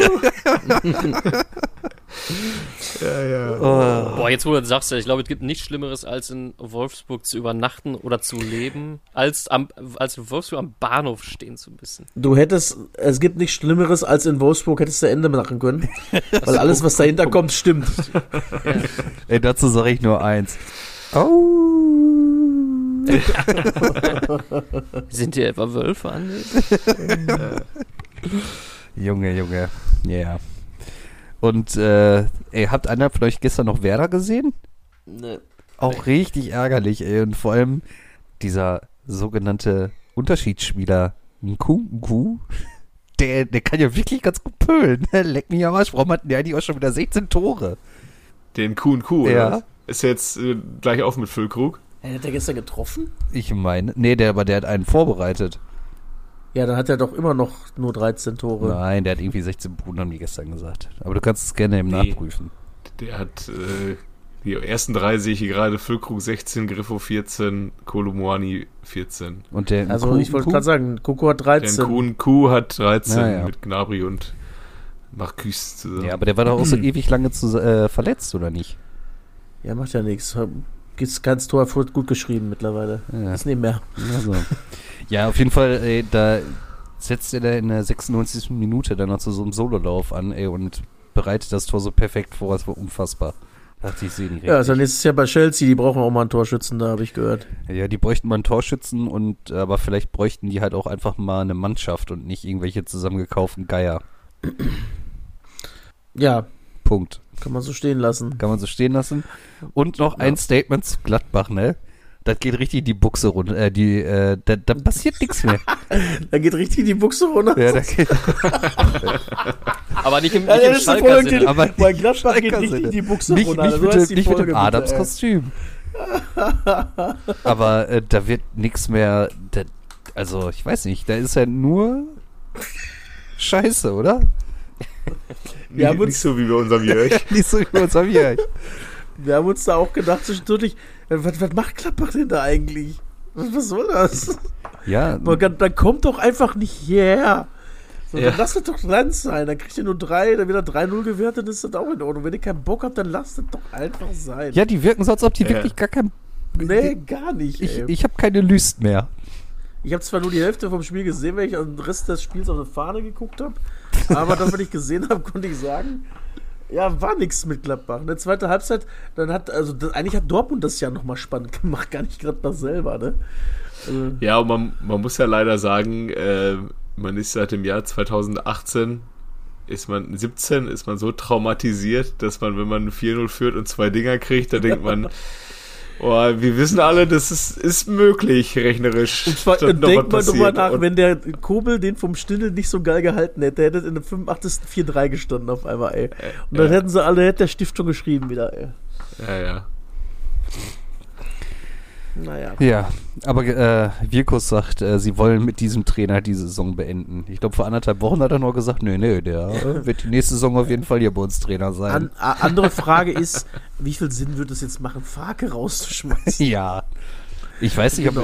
S1: ja, ja.
S4: Boah, jetzt wo du das sagst, ich glaube, es gibt nichts Schlimmeres, als in Wolfsburg zu übernachten oder zu leben, als, am, als in Wolfsburg am Bahnhof stehen zu müssen.
S3: Du hättest, es gibt nichts Schlimmeres als in Wolfsburg, hättest du Ende
S2: [laughs]
S3: machen können. Weil alles, was dahinter kommt, stimmt.
S2: Ey, dazu sage ich nur eins. Au.
S4: Sind hier etwa Wölfe anwesend?
S2: Junge, Junge. Ja. Yeah. Und äh, ey, habt einer von euch gestern noch Werder gesehen?
S4: Nee.
S2: Auch richtig ärgerlich, ey. Und vor allem dieser sogenannte Unterschiedsspieler Nku, Nku der, der kann ja wirklich ganz gut pölen. [laughs] Leck mich am Arsch. Warum hatten der eigentlich auch schon wieder 16 Tore?
S1: Den Kuh und Kuh,
S2: Ja.
S1: oder? was? Ist der jetzt äh, gleich auf mit Füllkrug?
S3: Hey, hat er gestern getroffen?
S2: Ich meine, nee, der, aber der hat einen vorbereitet.
S3: Ja, dann hat er doch immer noch nur 13 Tore.
S2: Nein, der hat irgendwie 16 Buden, haben die gestern gesagt. Aber du kannst es gerne eben
S1: Nee.
S2: nachprüfen.
S1: Der hat äh, die ersten drei sehe ich hier gerade, Füllkrug 16, Griffo 14, Kolumuani 14.
S2: Und der
S3: Also
S2: Nku-
S3: ich wollte
S2: Nku-
S3: gerade sagen, Kuku hat
S1: Denn
S3: 13.
S1: Kuhn Kuh hat 13
S2: Ja, ja.
S1: mit Gnabry und Marcus zusammen.
S2: Ja, aber der war doch auch [clears throat] so ewig lange zu, äh, verletzt, oder nicht?
S3: Ja, macht ja nichts. Ist ganz Tor Furt gut geschrieben mittlerweile.
S2: Ja.
S3: Ist nicht mehr.
S2: Also. ja, auf jeden Fall, ey, da setzt er da in der 96. Minute dann noch zu so einem Sololauf an, ey, und bereitet das Tor so perfekt vor, es war unfassbar. Dachte ich, sehe nicht
S3: Ja, ist ja
S2: richtig.
S3: nächstes Jahr bei Chelsea, die brauchen auch mal einen Torschützen, da habe ich gehört.
S2: ja, die bräuchten mal einen Torschützen und aber vielleicht bräuchten die halt auch einfach mal eine Mannschaft und nicht irgendwelche zusammengekauften Geier.
S3: Ja,
S2: Punkt.
S3: kann man so stehen lassen.
S2: Kann man so stehen lassen. Und noch ein Statement zu Gladbach, ne? Das geht richtig die Buchse runter. Äh, die, äh, da, da passiert nichts
S3: [laughs]
S2: mehr.
S3: Da geht richtig die Buchse runter.
S2: Ja, da [laughs] geht,
S4: Aber nicht im,
S3: Ja,
S4: nicht
S3: ja, das
S4: im
S3: ist die
S4: Schalker
S3: Folge,
S4: Sinne.
S2: aber
S3: die, bei Gladbach geht
S2: Schalker
S3: richtig
S2: Sinne.
S3: die Buchse
S2: nicht,
S3: runter.
S2: nicht
S3: Also
S2: mit dem,
S3: heißt die
S2: nicht mit
S3: Folge, äh,
S2: dem
S3: bitte, ey.
S2: Adams-Kostüm. Aber äh, da wird nichts mehr. Da, also, ich weiß nicht. Da ist ja nur Scheiße, oder? [laughs]
S3: Wir haben
S1: nicht,
S3: uns-
S1: nicht so wie bei unserem
S3: [laughs]
S1: Jörg.
S2: Nicht so über uns hab ich eigentlich.
S3: Wir haben uns da auch gedacht zwischendurch, äh, was, was macht Gladbach denn da eigentlich? Was, was soll das?
S2: Ja,
S3: Man kann, dann kommt doch einfach nicht hierher. Sondern
S1: Ja.
S3: lasst es doch dran sein. Dann kriegt ihr nur drei, dann wieder 3-0 gewertet, dann ist das auch in Ordnung. Wenn ihr keinen Bock habt, dann lasst es doch einfach sein.
S2: ja, die wirken so, als ob die
S1: Ja.
S2: wirklich gar kein.
S3: Nee, gar nicht.
S2: Ich,
S3: ey.
S2: ich habe keine Lust mehr.
S3: Ich habe zwar nur die Hälfte vom Spiel gesehen, weil ich den Rest des Spiels auf eine Fahne geguckt habe, aber das, was ich gesehen habe, [laughs] konnte ich sagen. Ja, war nichts mit Gladbach. In der zweiten Halbzeit, dann hat, also das, eigentlich hat Dortmund das ja nochmal spannend gemacht, gar nicht Gladbach selber, ne? Also,
S1: Ja, und man, man muss ja leider sagen, äh, man ist seit dem Jahr 2018, ist man 17, ist man so traumatisiert, dass man, wenn man 4-0 führt und zwei Dinger kriegt, da denkt
S3: [laughs]
S1: man, oh, wir wissen alle, das ist, ist möglich, rechnerisch.
S3: und zwar,
S1: dass
S3: und
S1: noch
S3: denkt mal
S1: was
S3: drüber
S1: passiert.
S3: nach,
S1: Und
S3: wenn der Kobel den vom Stindel nicht so geil gehalten hätte, der hätte in der 85. 4-3 gestanden auf einmal, ey. Und dann
S1: ja.
S3: hätten sie alle, hätte der Stift schon geschrieben wieder, ey.
S1: Ja, ja.
S3: Naja.
S2: Ja, aber äh, Wirkus sagt, äh, sie wollen mit diesem Trainer die Saison beenden. Ich glaube, vor anderthalb Wochen hat er noch gesagt, nee, nee, der äh, wird die nächste Saison auf jeden Fall hier bei uns Trainer sein.
S3: An, a, andere Frage ist, wie viel Sinn würde es jetzt machen, Farke rauszuschmeißen?
S2: [laughs] [laughs] ja. Ich weiß nicht, ob...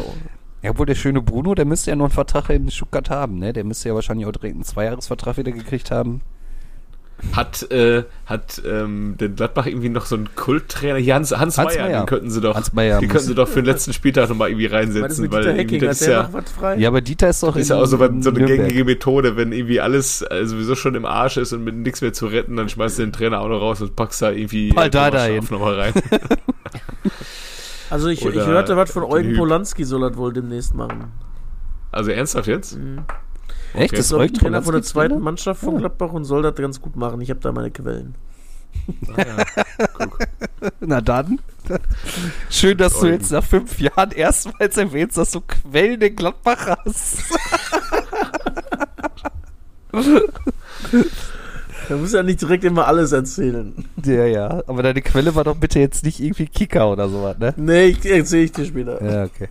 S2: Ja, obwohl der schöne Bruno, der müsste ja noch einen Vertrag in Stuttgart haben, ne? Der müsste ja wahrscheinlich auch direkt einen Zweijahresvertrag wieder gekriegt haben.
S1: Hat, äh, hat ähm, der Gladbach irgendwie noch so einen Kulttrainer? Hier, Hans, Hans,
S2: Hans
S1: Meyer,
S2: Meyer.
S1: den könnten sie doch,
S2: Hans Meyer
S1: den
S2: muss-
S1: könnten sie doch für den letzten Spieltag nochmal irgendwie
S3: War das
S1: reinsetzen,
S3: mit
S1: weil
S3: Dieter
S1: irgendwie
S3: Hecking? Hat
S1: das ist
S3: der
S1: ja,
S3: noch was frei?
S2: Ja, aber Dieter ist doch
S1: ist ja auch so,
S2: in
S1: so eine
S2: Nürnberg.
S1: gängige Methode, wenn irgendwie alles äh, sowieso schon im Arsch ist und mit nichts mehr zu retten, dann schmeißt du den Trainer auch noch raus und packst da irgendwie
S2: Paul
S1: Thomas
S2: Dardai
S1: Schaaf nochmal rein.
S3: Also ich, ich
S1: Oder
S3: hörte was von
S1: den
S3: Eugen
S1: Hüb.
S3: Polanski soll das wohl demnächst machen. Mhm.
S1: Also ernsthaft
S3: [laughs]
S1: jetzt?
S2: Echt?
S1: Okay.
S2: Das ist
S3: Soll
S2: Eugen
S3: Trainer von der
S2: Polanski
S3: zweiten
S2: Trainer?
S3: Mannschaft von
S2: Ja.
S3: Gladbach und soll das ganz gut machen. Ich habe da meine Quellen.
S2: Na dann. Schön, dass du
S1: Eugen.
S2: jetzt nach fünf Jahren erstmals erwähnst, dass du Quellen in Gladbach hast.
S3: Da muss ja nicht direkt immer alles erzählen.
S2: Ja, ja. Aber deine Quelle war doch bitte jetzt nicht irgendwie Kicker oder sowas, ne?
S3: Nee, ich, erzähle ich dir später.
S2: Ja, okay.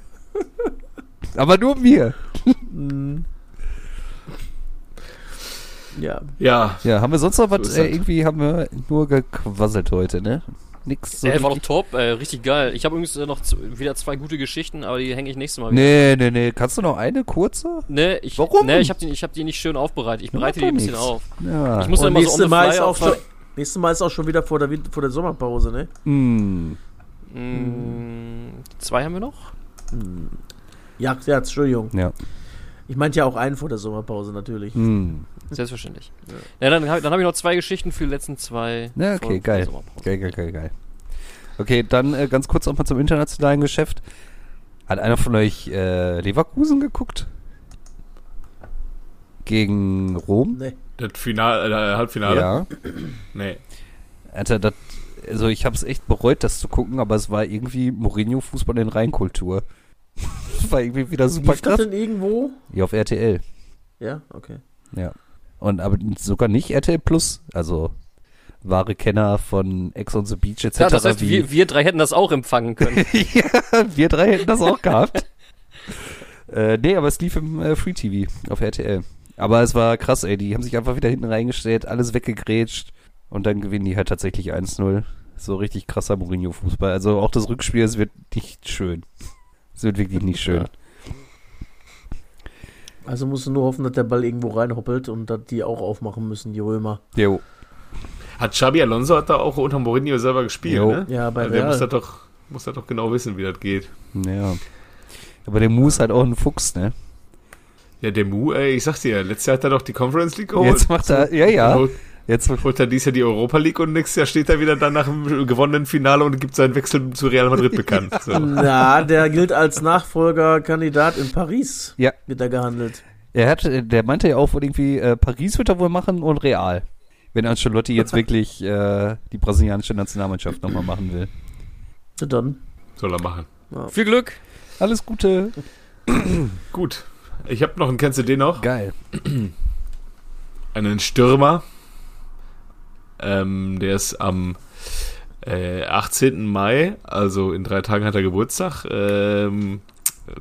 S2: Aber nur mir.
S3: Mhm. Ja.
S1: Ja,
S2: Ja, haben wir sonst noch was?
S1: ist
S2: äh,
S1: das.
S2: irgendwie haben wir nur gequasselt heute, ne? Nix so.
S1: Äh,
S4: Ey, war doch
S2: richtig-
S4: top, ey, richtig geil. Ich habe übrigens äh, noch zu, wieder zwei gute Geschichten, aber die hänge ich nächstes Mal wieder.
S2: nee, nee, nee. Kannst du noch eine kurze?
S4: Nee, ich,
S2: Warum?
S4: Nee, ich habe die, ich hab die nicht schön aufbereitet. Ich bereite die
S2: doch
S4: ein bisschen
S2: nichts. Ah.
S4: auf.
S2: Ja.
S4: Ich muss
S3: Und
S4: dann mal so on
S3: nächstes
S4: the
S3: Mal,
S4: fly
S3: ist auch
S4: auf...
S3: schon, nächstes Mal ist auch schon wieder vor der, Win- vor der Sommerpause, ne?
S2: Hm.
S3: Hm.
S4: Mm, zwei haben wir noch?
S3: Ja, ja, Entschuldigung.
S2: Hm. Ja.
S3: Ich meinte ja auch einen vor der Sommerpause natürlich.
S2: Hm.
S4: Selbstverständlich. Ja, dann habe dann hab ich noch zwei Geschichten für die letzten zwei.
S2: Ja,
S4: Folgen Also,
S2: okay,
S4: von
S2: geil.
S4: Sommerpause.
S2: Geil, geil, geil, geil. Okay, dann äh, ganz kurz auch mal zum internationalen Geschäft. Hat einer von euch äh, Leverkusen geguckt? Gegen
S4: Mhm.
S2: Rom?
S3: Nee.
S1: das Finale, äh, Halbfinale.
S2: Ja.
S1: Nee.
S2: Alter, das, also ich habe es echt bereut, das zu gucken, aber es war irgendwie Mourinho-Fußball in Reinkultur. [laughs] war irgendwie wieder super
S3: Lief das
S2: krass.
S3: denn irgendwo?
S2: Ja, auf RTL.
S3: Ja, okay.
S2: Ja. Und aber sogar nicht RTL Plus, also wahre Kenner von Ex on the Beach etc.
S4: Ja, das heißt,
S2: wie-
S4: wir, wir drei hätten das auch empfangen können.
S2: [laughs] ja, wir drei hätten das auch gehabt. äh, nee, aber es lief im äh, Free TV auf RTL. Aber es war krass, ey. Die haben sich einfach wieder hinten reingestellt, alles weggegrätscht und dann gewinnen die halt tatsächlich 1-0. So richtig krasser Mourinho-Fußball. Also auch das Rückspiel, es wird nicht schön. [laughs] Es wird wirklich nicht schön.
S3: Also musst du nur hoffen, dass der Ball irgendwo reinhoppelt und dass die auch aufmachen müssen, die Römer.
S2: Jo.
S1: Hat Xabi Alonso hat da auch unter Mourinho selber gespielt,
S2: Jo.
S1: ne?
S3: Ja, bei
S1: Also der muss da
S3: Real.
S1: doch, muss da doch genau wissen, wie das geht.
S2: Ja. Aber der Mu ist halt auch ein Fuchs, ne?
S1: Ja, der Mu, ey, ich sag's dir, letztes Jahr hat er doch die Conference League geholt.
S2: Jetzt macht er, ja, ja.
S1: Holt,
S2: Jetzt,
S1: holt er dies Jahr die Europa League und nächstes Jahr steht er wieder dann nach dem gewonnenen Finale und gibt seinen Wechsel zu Real Madrid
S2: [laughs]
S1: bekannt. So.
S3: Na, der gilt als Nachfolgerkandidat in Paris.
S2: Ja.
S3: Wird da gehandelt.
S2: äh, er hat, der meinte ja auch wohl irgendwie, äh, Paris wird er wohl machen und Real. wenn
S1: [laughs]
S2: Ancelotti jetzt wirklich äh, die brasilianische Nationalmannschaft nochmal machen will.
S3: Na dann.
S1: Soll er machen.
S4: [laughs] Viel Glück.
S2: Alles Gute.
S1: Gut. Ich habe noch einen, kennst du den noch?
S2: Geil.
S1: Einen Stürmer. Ähm, der ist am äh, 18. Mai, also in drei Tagen hat er Geburtstag. Ähm,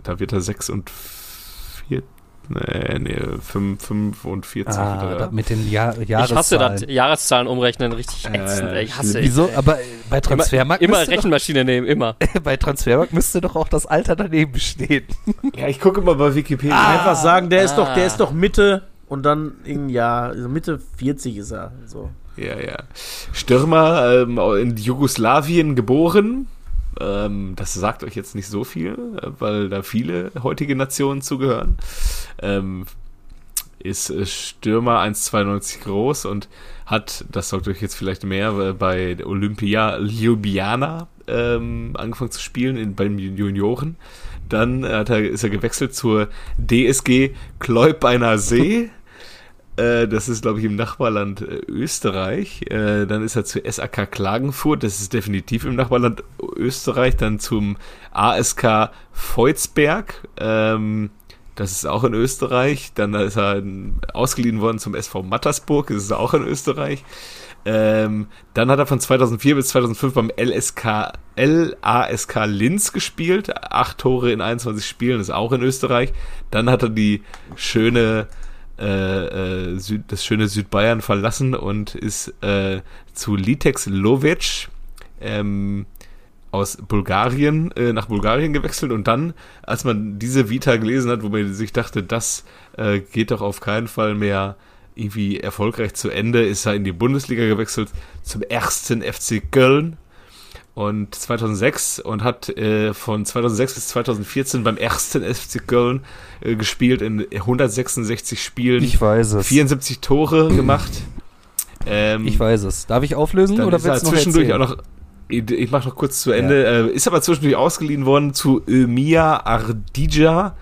S1: da wird er 6 und 4. Nee, nee, 5, 45.
S2: Ah,
S1: wird
S2: da,
S1: er.
S2: mit den Jahr
S4: Ich hasse das
S2: Jahreszahlen.
S4: Jahreszahlen umrechnen, richtig
S1: Ja,
S4: ätzend.
S1: ja,
S4: ey, ich hasse es.
S2: Äh, Wieso? Aber bei Transfermarkt
S4: Immer
S2: müsste
S4: Rechenmaschine nehmen,
S2: [laughs]
S4: immer.
S2: doch, bei Transfermarkt müsste doch auch das Alter daneben stehen.
S1: ja, ich gucke mal bei Wikipedia.
S3: Einfach sagen, der ist doch, der
S4: ah.
S3: ist doch Mitte und dann in Jahr, also Mitte 40 ist er. So.
S1: Ja, ja. Stürmer ähm, in Jugoslawien geboren. Ähm, das sagt euch jetzt nicht so viel, äh, weil da viele heutige Nationen zugehören. Ähm, ist äh, Stürmer 1,92 groß und hat, das sagt euch jetzt vielleicht mehr, weil bei Olympia Ljubljana ähm, angefangen zu spielen in, bei den Junioren. Dann äh, hat er, ist er gewechselt zur DSG Kleubeiner See. Äh, das ist, glaube ich, im Nachbarland äh, Österreich. Äh, dann ist er zu SAK Klagenfurt, das ist definitiv im Nachbarland Österreich. Dann zum ASK Voitsberg, ähm, das ist auch in Österreich. Dann ist er ähm, ausgeliehen worden zum SV Mattersburg, das ist auch in Österreich. Ähm, dann hat er von 2004 bis 2005 beim LSK, LASK Linz gespielt. Acht Tore in 21 Spielen, ist auch in Österreich. Dann hat er die schöne, äh, äh, Süd, das schöne Südbayern verlassen und ist äh, zu Litex Lovic ähm, aus Bulgarien, äh, nach Bulgarien gewechselt und dann, als man diese Vita gelesen hat, wo man sich dachte, das äh, geht doch auf keinen Fall mehr irgendwie erfolgreich zu Ende, ist er in die Bundesliga gewechselt zum ersten FC Köln und 2006 und hat äh, von 2006 bis 2014 beim ersten FC Köln äh, gespielt in 166 Spielen,
S2: weiß es.
S1: 74 Tore gemacht. Ähm,
S2: Ich weiß es. Darf ich auflösen
S1: dann
S2: Hm, oder
S1: ist er
S2: willst du noch
S1: zwischendurch
S2: erzählen?
S1: auch noch. Ich, ich mache noch kurz zu Ende. Äh, ist aber zwischendurch ausgeliehen worden zu äh, Mia Ardija.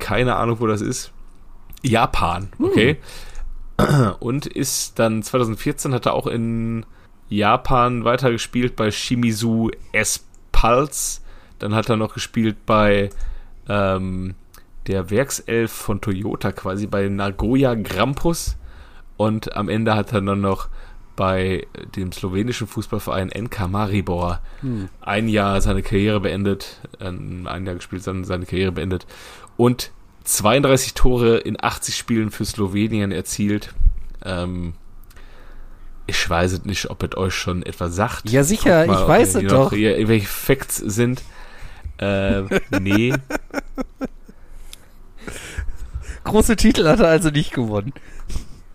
S1: Keine Ahnung, wo das ist. Japan,
S2: Hm.
S1: okay. [clears throat] Und ist dann 2014 hat er auch in Japan weitergespielt bei Shimizu S. Pulse. Dann hat er noch gespielt bei ähm, der Werkself von Toyota quasi, bei Nagoya Grampus. Und am Ende hat er dann noch bei dem slowenischen Fußballverein NK Maribor
S2: Hm.
S1: ein Jahr seine Karriere beendet, ähm, ein Jahr gespielt, dann seine Karriere beendet und 32 Tore in 80 Spielen für Slowenien erzielt. Ähm, ich weiß es nicht, ob es euch schon etwas sagt.
S2: Ja, sicher,
S1: Guckt mal,
S2: ich
S1: ob
S2: weiß
S1: ihr
S2: es
S1: noch
S2: doch.
S1: Hier irgendwelche Facts sind.
S2: [laughs]
S1: Äh, nee.
S2: Große Titel hat er also nicht gewonnen.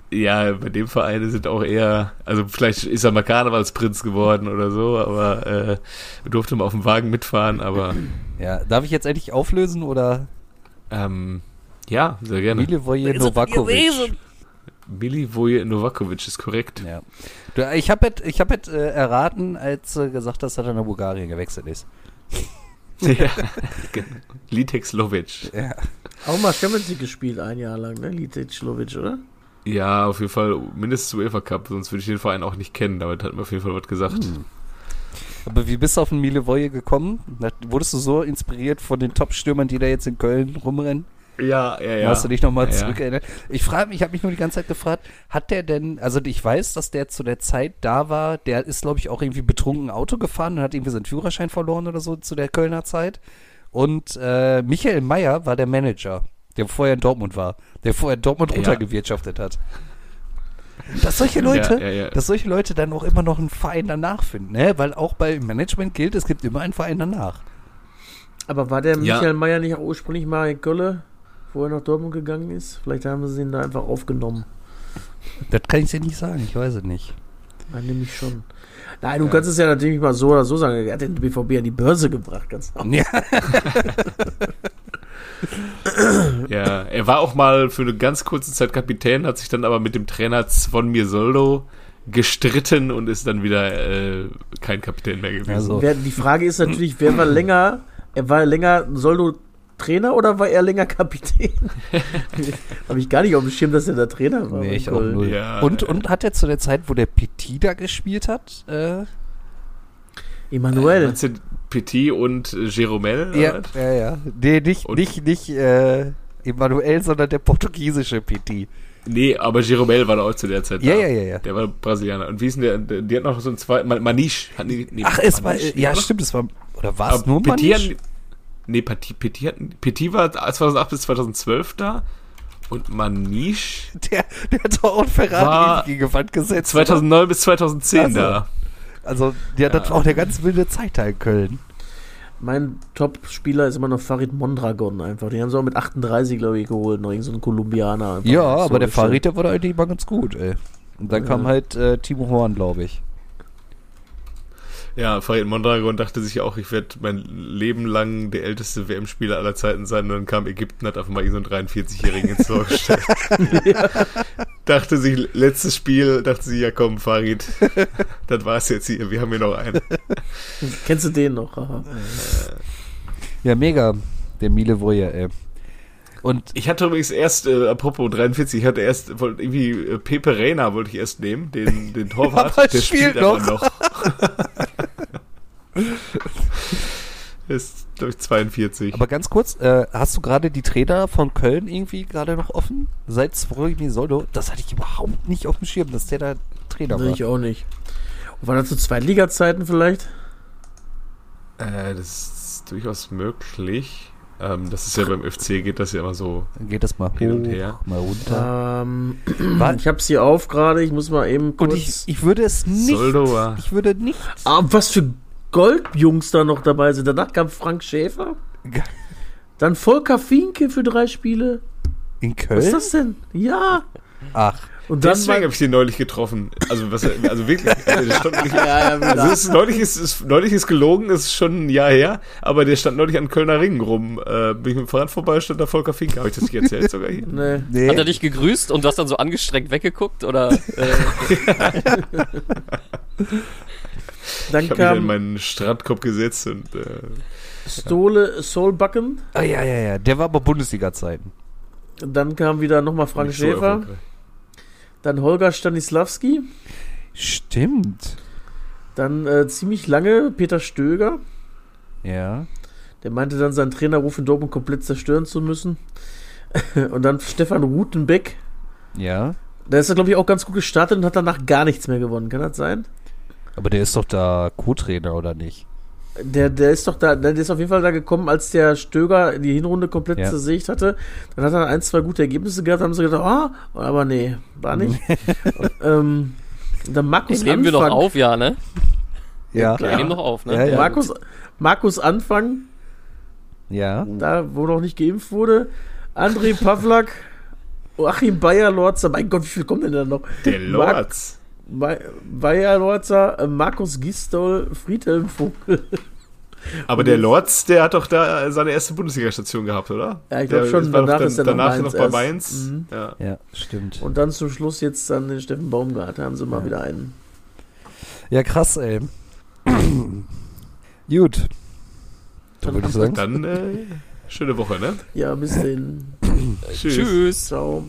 S1: Ja, bei dem Verein sind auch eher, also vielleicht ist er mal Karnevalsprinz geworden oder so, aber äh, durfte mal auf dem Wagen mitfahren, aber
S2: Ja, darf ich jetzt endlich auflösen oder?
S1: ähm, ja, sehr gerne.
S2: Mile Voje Novakovic.
S1: Mili Voje Novakovic ist korrekt.
S2: Ja. Du, Ich habe ich hab jetzt äh, erraten, als äh, gesagt hast, dass er nach Bulgarien gewechselt ist.
S1: [laughs] Ja. Genau. Litex Lovic.
S2: Ja.
S3: Auch mal Champions League gespielt ein Jahr lang, ne? Litschlovic, oder?
S1: Ja, auf jeden Fall mindestens UEFA Cup, sonst würde ich den Verein auch nicht kennen. Damit hat man auf jeden Fall was gesagt.
S2: Aber wie bist du auf den Milevoje gekommen? Na, Wurdest du so inspiriert von den Top-Stürmern, die da jetzt in Köln rumrennen?
S1: Ja, ja, ja.
S2: Hast du dich nochmal
S1: Ja.
S2: zurückerinnert? Ich frage mich, ich habe mich nur die ganze Zeit gefragt, hat der denn, also ich weiß, dass der zu der Zeit da war, der ist, glaube ich, auch irgendwie betrunken Auto gefahren und hat irgendwie seinen Führerschein verloren oder so zu der Kölner Zeit. Und äh, Michael Mayer war der Manager, der vorher in Dortmund war, der vorher in Dortmund
S1: Ja.
S2: runtergewirtschaftet hat. Dass solche Leute,
S1: ja, ja.
S2: dass solche Leute dann auch immer noch einen Verein danach finden, ne? Weil auch bei Management gilt, es gibt immer einen Verein danach.
S3: Aber war der
S1: Ja.
S3: Michael Mayer nicht auch ursprünglich mal in Kölle, wo er nach Dortmund gegangen ist? Vielleicht haben sie ihn da einfach aufgenommen.
S2: Das kann ich dir nicht sagen, ich weiß es nicht.
S3: Nein, nämlich schon. Nein, du kannst es ja natürlich mal so oder so sagen. Er hat den BVB an die Börse gebracht, ganz genau.
S2: Ja.
S1: Ja, er war auch mal für eine ganz kurze Zeit Kapitän, hat sich dann aber mit dem Trainer Zvonimir Soldo gestritten und ist dann wieder äh, kein Kapitän mehr gewesen.
S2: Also,
S3: Wer, die Frage ist natürlich, wer war länger, er war länger Soldo Trainer oder war er
S2: [laughs]
S3: länger Kapitän? Habe ich gar nicht auf dem Schirm, dass er der Trainer war.
S2: Nee,
S3: bei
S2: ich auch
S3: Köln.
S2: null.
S1: Ja,
S2: und,
S1: äh.
S2: und hat er zu der Zeit, wo der Petit da gespielt hat, äh,
S3: Emanuel.
S1: Meinst du Äh, Petit und äh, Jeromel?
S2: ja, ja, ja. Nee, nicht,
S1: Und-
S2: nicht, nicht, äh, Emanuel, sondern der portugiesische Petit.
S1: Nee, aber Jeromel war da auch zu der Zeit
S2: Ja,
S1: da.
S2: ja, ja, ja.
S1: Der war Brasilianer. Und wie ist denn der, der, die hat noch so einen zweiten, Man- Maniche. Hat, nee, nee,
S2: Ach, es war,
S1: Maniche,
S2: ja,
S1: oder?
S2: stimmt, es war, oder war es
S1: Aber
S2: nur
S1: Petit
S2: Manisch?
S1: hat, nee, Petit, Petit, hat, Petit war 2008 bis 2012 da und Maniche
S2: Der, der hat auch einen Ferrari
S1: War
S2: gegen die Wand gesetzt. oder?
S1: 2009 bis 2010
S2: Also.
S1: da.
S2: Also, ja, das war auch eine ganz wilde Zeit da in Köln.
S3: Mein Top-Spieler ist immer noch Farid Mondragon einfach. Den haben sie auch mit 38, glaube ich, geholt. Noch irgend so ein Kolumbianer. einfach.
S2: Ja,
S3: So
S2: aber der
S3: richtig.
S2: Farid, der wurde eigentlich immer ganz gut, ey. Und dann kam halt äh, Timo Horn, glaube ich.
S1: Ja, Farid Mondragon dachte sich auch, ich werde mein Leben lang der älteste WM-Spieler aller Zeiten sein. Und dann kam Ägypten, hat einfach mal so einen 43-Jährigen ins Tor [laughs] gestellt. Dachte sich, letztes Spiel, dachte sie, ja komm, Farid, das war's jetzt hier, wir haben hier noch einen.
S3: Kennst du den noch? Haha.
S2: Ja, mega. Der Miele Voyer, ey. Und
S1: Ich hatte übrigens erst, äh, apropos 43, ich hatte erst, wollte irgendwie äh, Pepe Reina wollte ich erst nehmen, den, [laughs] den Torwart.
S2: aber spielt
S1: aber [laughs] Der Ist, glaube ich, 42.
S2: aber ganz kurz, äh, hast du gerade die Trainer von Köln irgendwie gerade noch offen? Seit Svorigny Soldo? Das hatte ich überhaupt nicht auf dem Schirm, dass der da Trainer
S3: Nee,
S2: war.
S3: ich auch nicht. Und war das zu Zweitliga-Zeiten vielleicht?
S1: Äh, das ist durchaus möglich. Ähm, das ist ja beim FC geht das ja immer so.
S2: Dann geht das mal hoch,
S1: Hin und her.
S2: mal runter.
S3: Ähm,
S2: War-
S3: ich hab's hier auf gerade. Ich muss mal eben kurz.
S2: und ich, ich würde es nicht,
S1: Soldo war.
S2: ich würde nicht
S3: ah, was für Goldjungs da noch dabei sind. Danach kam Frank Schäfer.
S2: Ge-
S3: Dann Volker Finke für drei Spiele.
S2: in Köln.
S3: Was ist das denn? Ja.
S2: Ach,
S3: Und dann
S1: Deswegen habe ich den neulich getroffen. Also, was, also wirklich. Also, der stand nicht,
S3: [laughs] ja, ja,
S1: also es ist, neulich, ist, ist, neulich ist gelogen, ist schon ein Jahr her, aber der stand neulich an Kölner Ringen rum. Äh, bin ich mit dem Fahrrad vorbei, stand da Volker Finke. Habe ich das nicht erzählt sogar hier?
S3: nee.
S2: nee.
S4: Hat er dich gegrüßt und du hast dann so angestrengt
S2: [laughs]
S4: weggeguckt? Oder äh,
S3: Dann
S1: Ich habe mich in
S3: kam
S1: meinen Strandkorb gesetzt und äh,
S3: Stole Soulbacken.
S2: Ah, ja, ja, ja. Der war aber Bundesliga-Zeiten.
S3: Dann kam wieder nochmal Frank
S1: nicht so
S3: Schäfer.
S1: erfolgreich.
S3: dann Holger Stanislawski.
S2: Stimmt.
S3: Dann äh, ziemlich lange Peter Stöger.
S2: Ja.
S3: Der meinte dann, seinen Trainerruf in Dortmund komplett zerstören zu müssen. [laughs] Und dann Stefan Rutenbeck.
S2: Ja.
S3: Da ist er, glaube ich, auch ganz gut gestartet und hat danach gar nichts mehr gewonnen. Kann das sein?
S2: Aber der ist doch da Co-Trainer, oder nicht?
S3: Der, der ist doch da, der ist auf jeden Fall da gekommen, als der Stöger die Hinrunde komplett
S2: Ja.
S3: zersägt hatte. Dann hat er ein, zwei gute Ergebnisse gehabt, dann haben sie gedacht, ah, aber nee, war nicht. ähm, dann Markus
S4: den nehmen wir noch
S3: Anfang.
S4: auf, ja, ne?
S2: Ja.
S4: Wir
S3: Ja.
S4: nehmen noch auf, ne?
S2: Ja, ja.
S3: Markus, Markus Anfang,
S2: Ja.
S3: da wo noch nicht geimpft wurde. André Pavlak, Joachim Bayer-Lorzer, mein Gott, wie viel kommen denn da noch?
S1: Der
S3: Mark-
S1: Lords.
S3: Ma- Bayer-Lorzer, äh, Markus Gistol, Friedhelm Vogel.
S1: Aber der Lorz, der hat doch da seine erste Bundesliga-Station gehabt, oder?
S3: Ja, ich glaub
S1: Der
S3: schon.
S1: war doch
S3: Danach ist er nach
S1: danach
S3: Mainz
S1: noch bei
S3: erst.
S1: Mainz.
S3: Mhm.
S1: Ja.
S2: Ja, stimmt.
S3: Und dann zum Schluss jetzt dann den Steffen Baumgart, da haben sie mal
S2: Ja.
S3: wieder einen.
S2: Ja, krass, ey. [clears throat] Gut. Du würdest
S1: [laughs]
S2: sagen?
S1: Dann äh, schöne Woche, ne?
S3: Ja, bis denn.
S4: Tschüss.
S3: Ciao.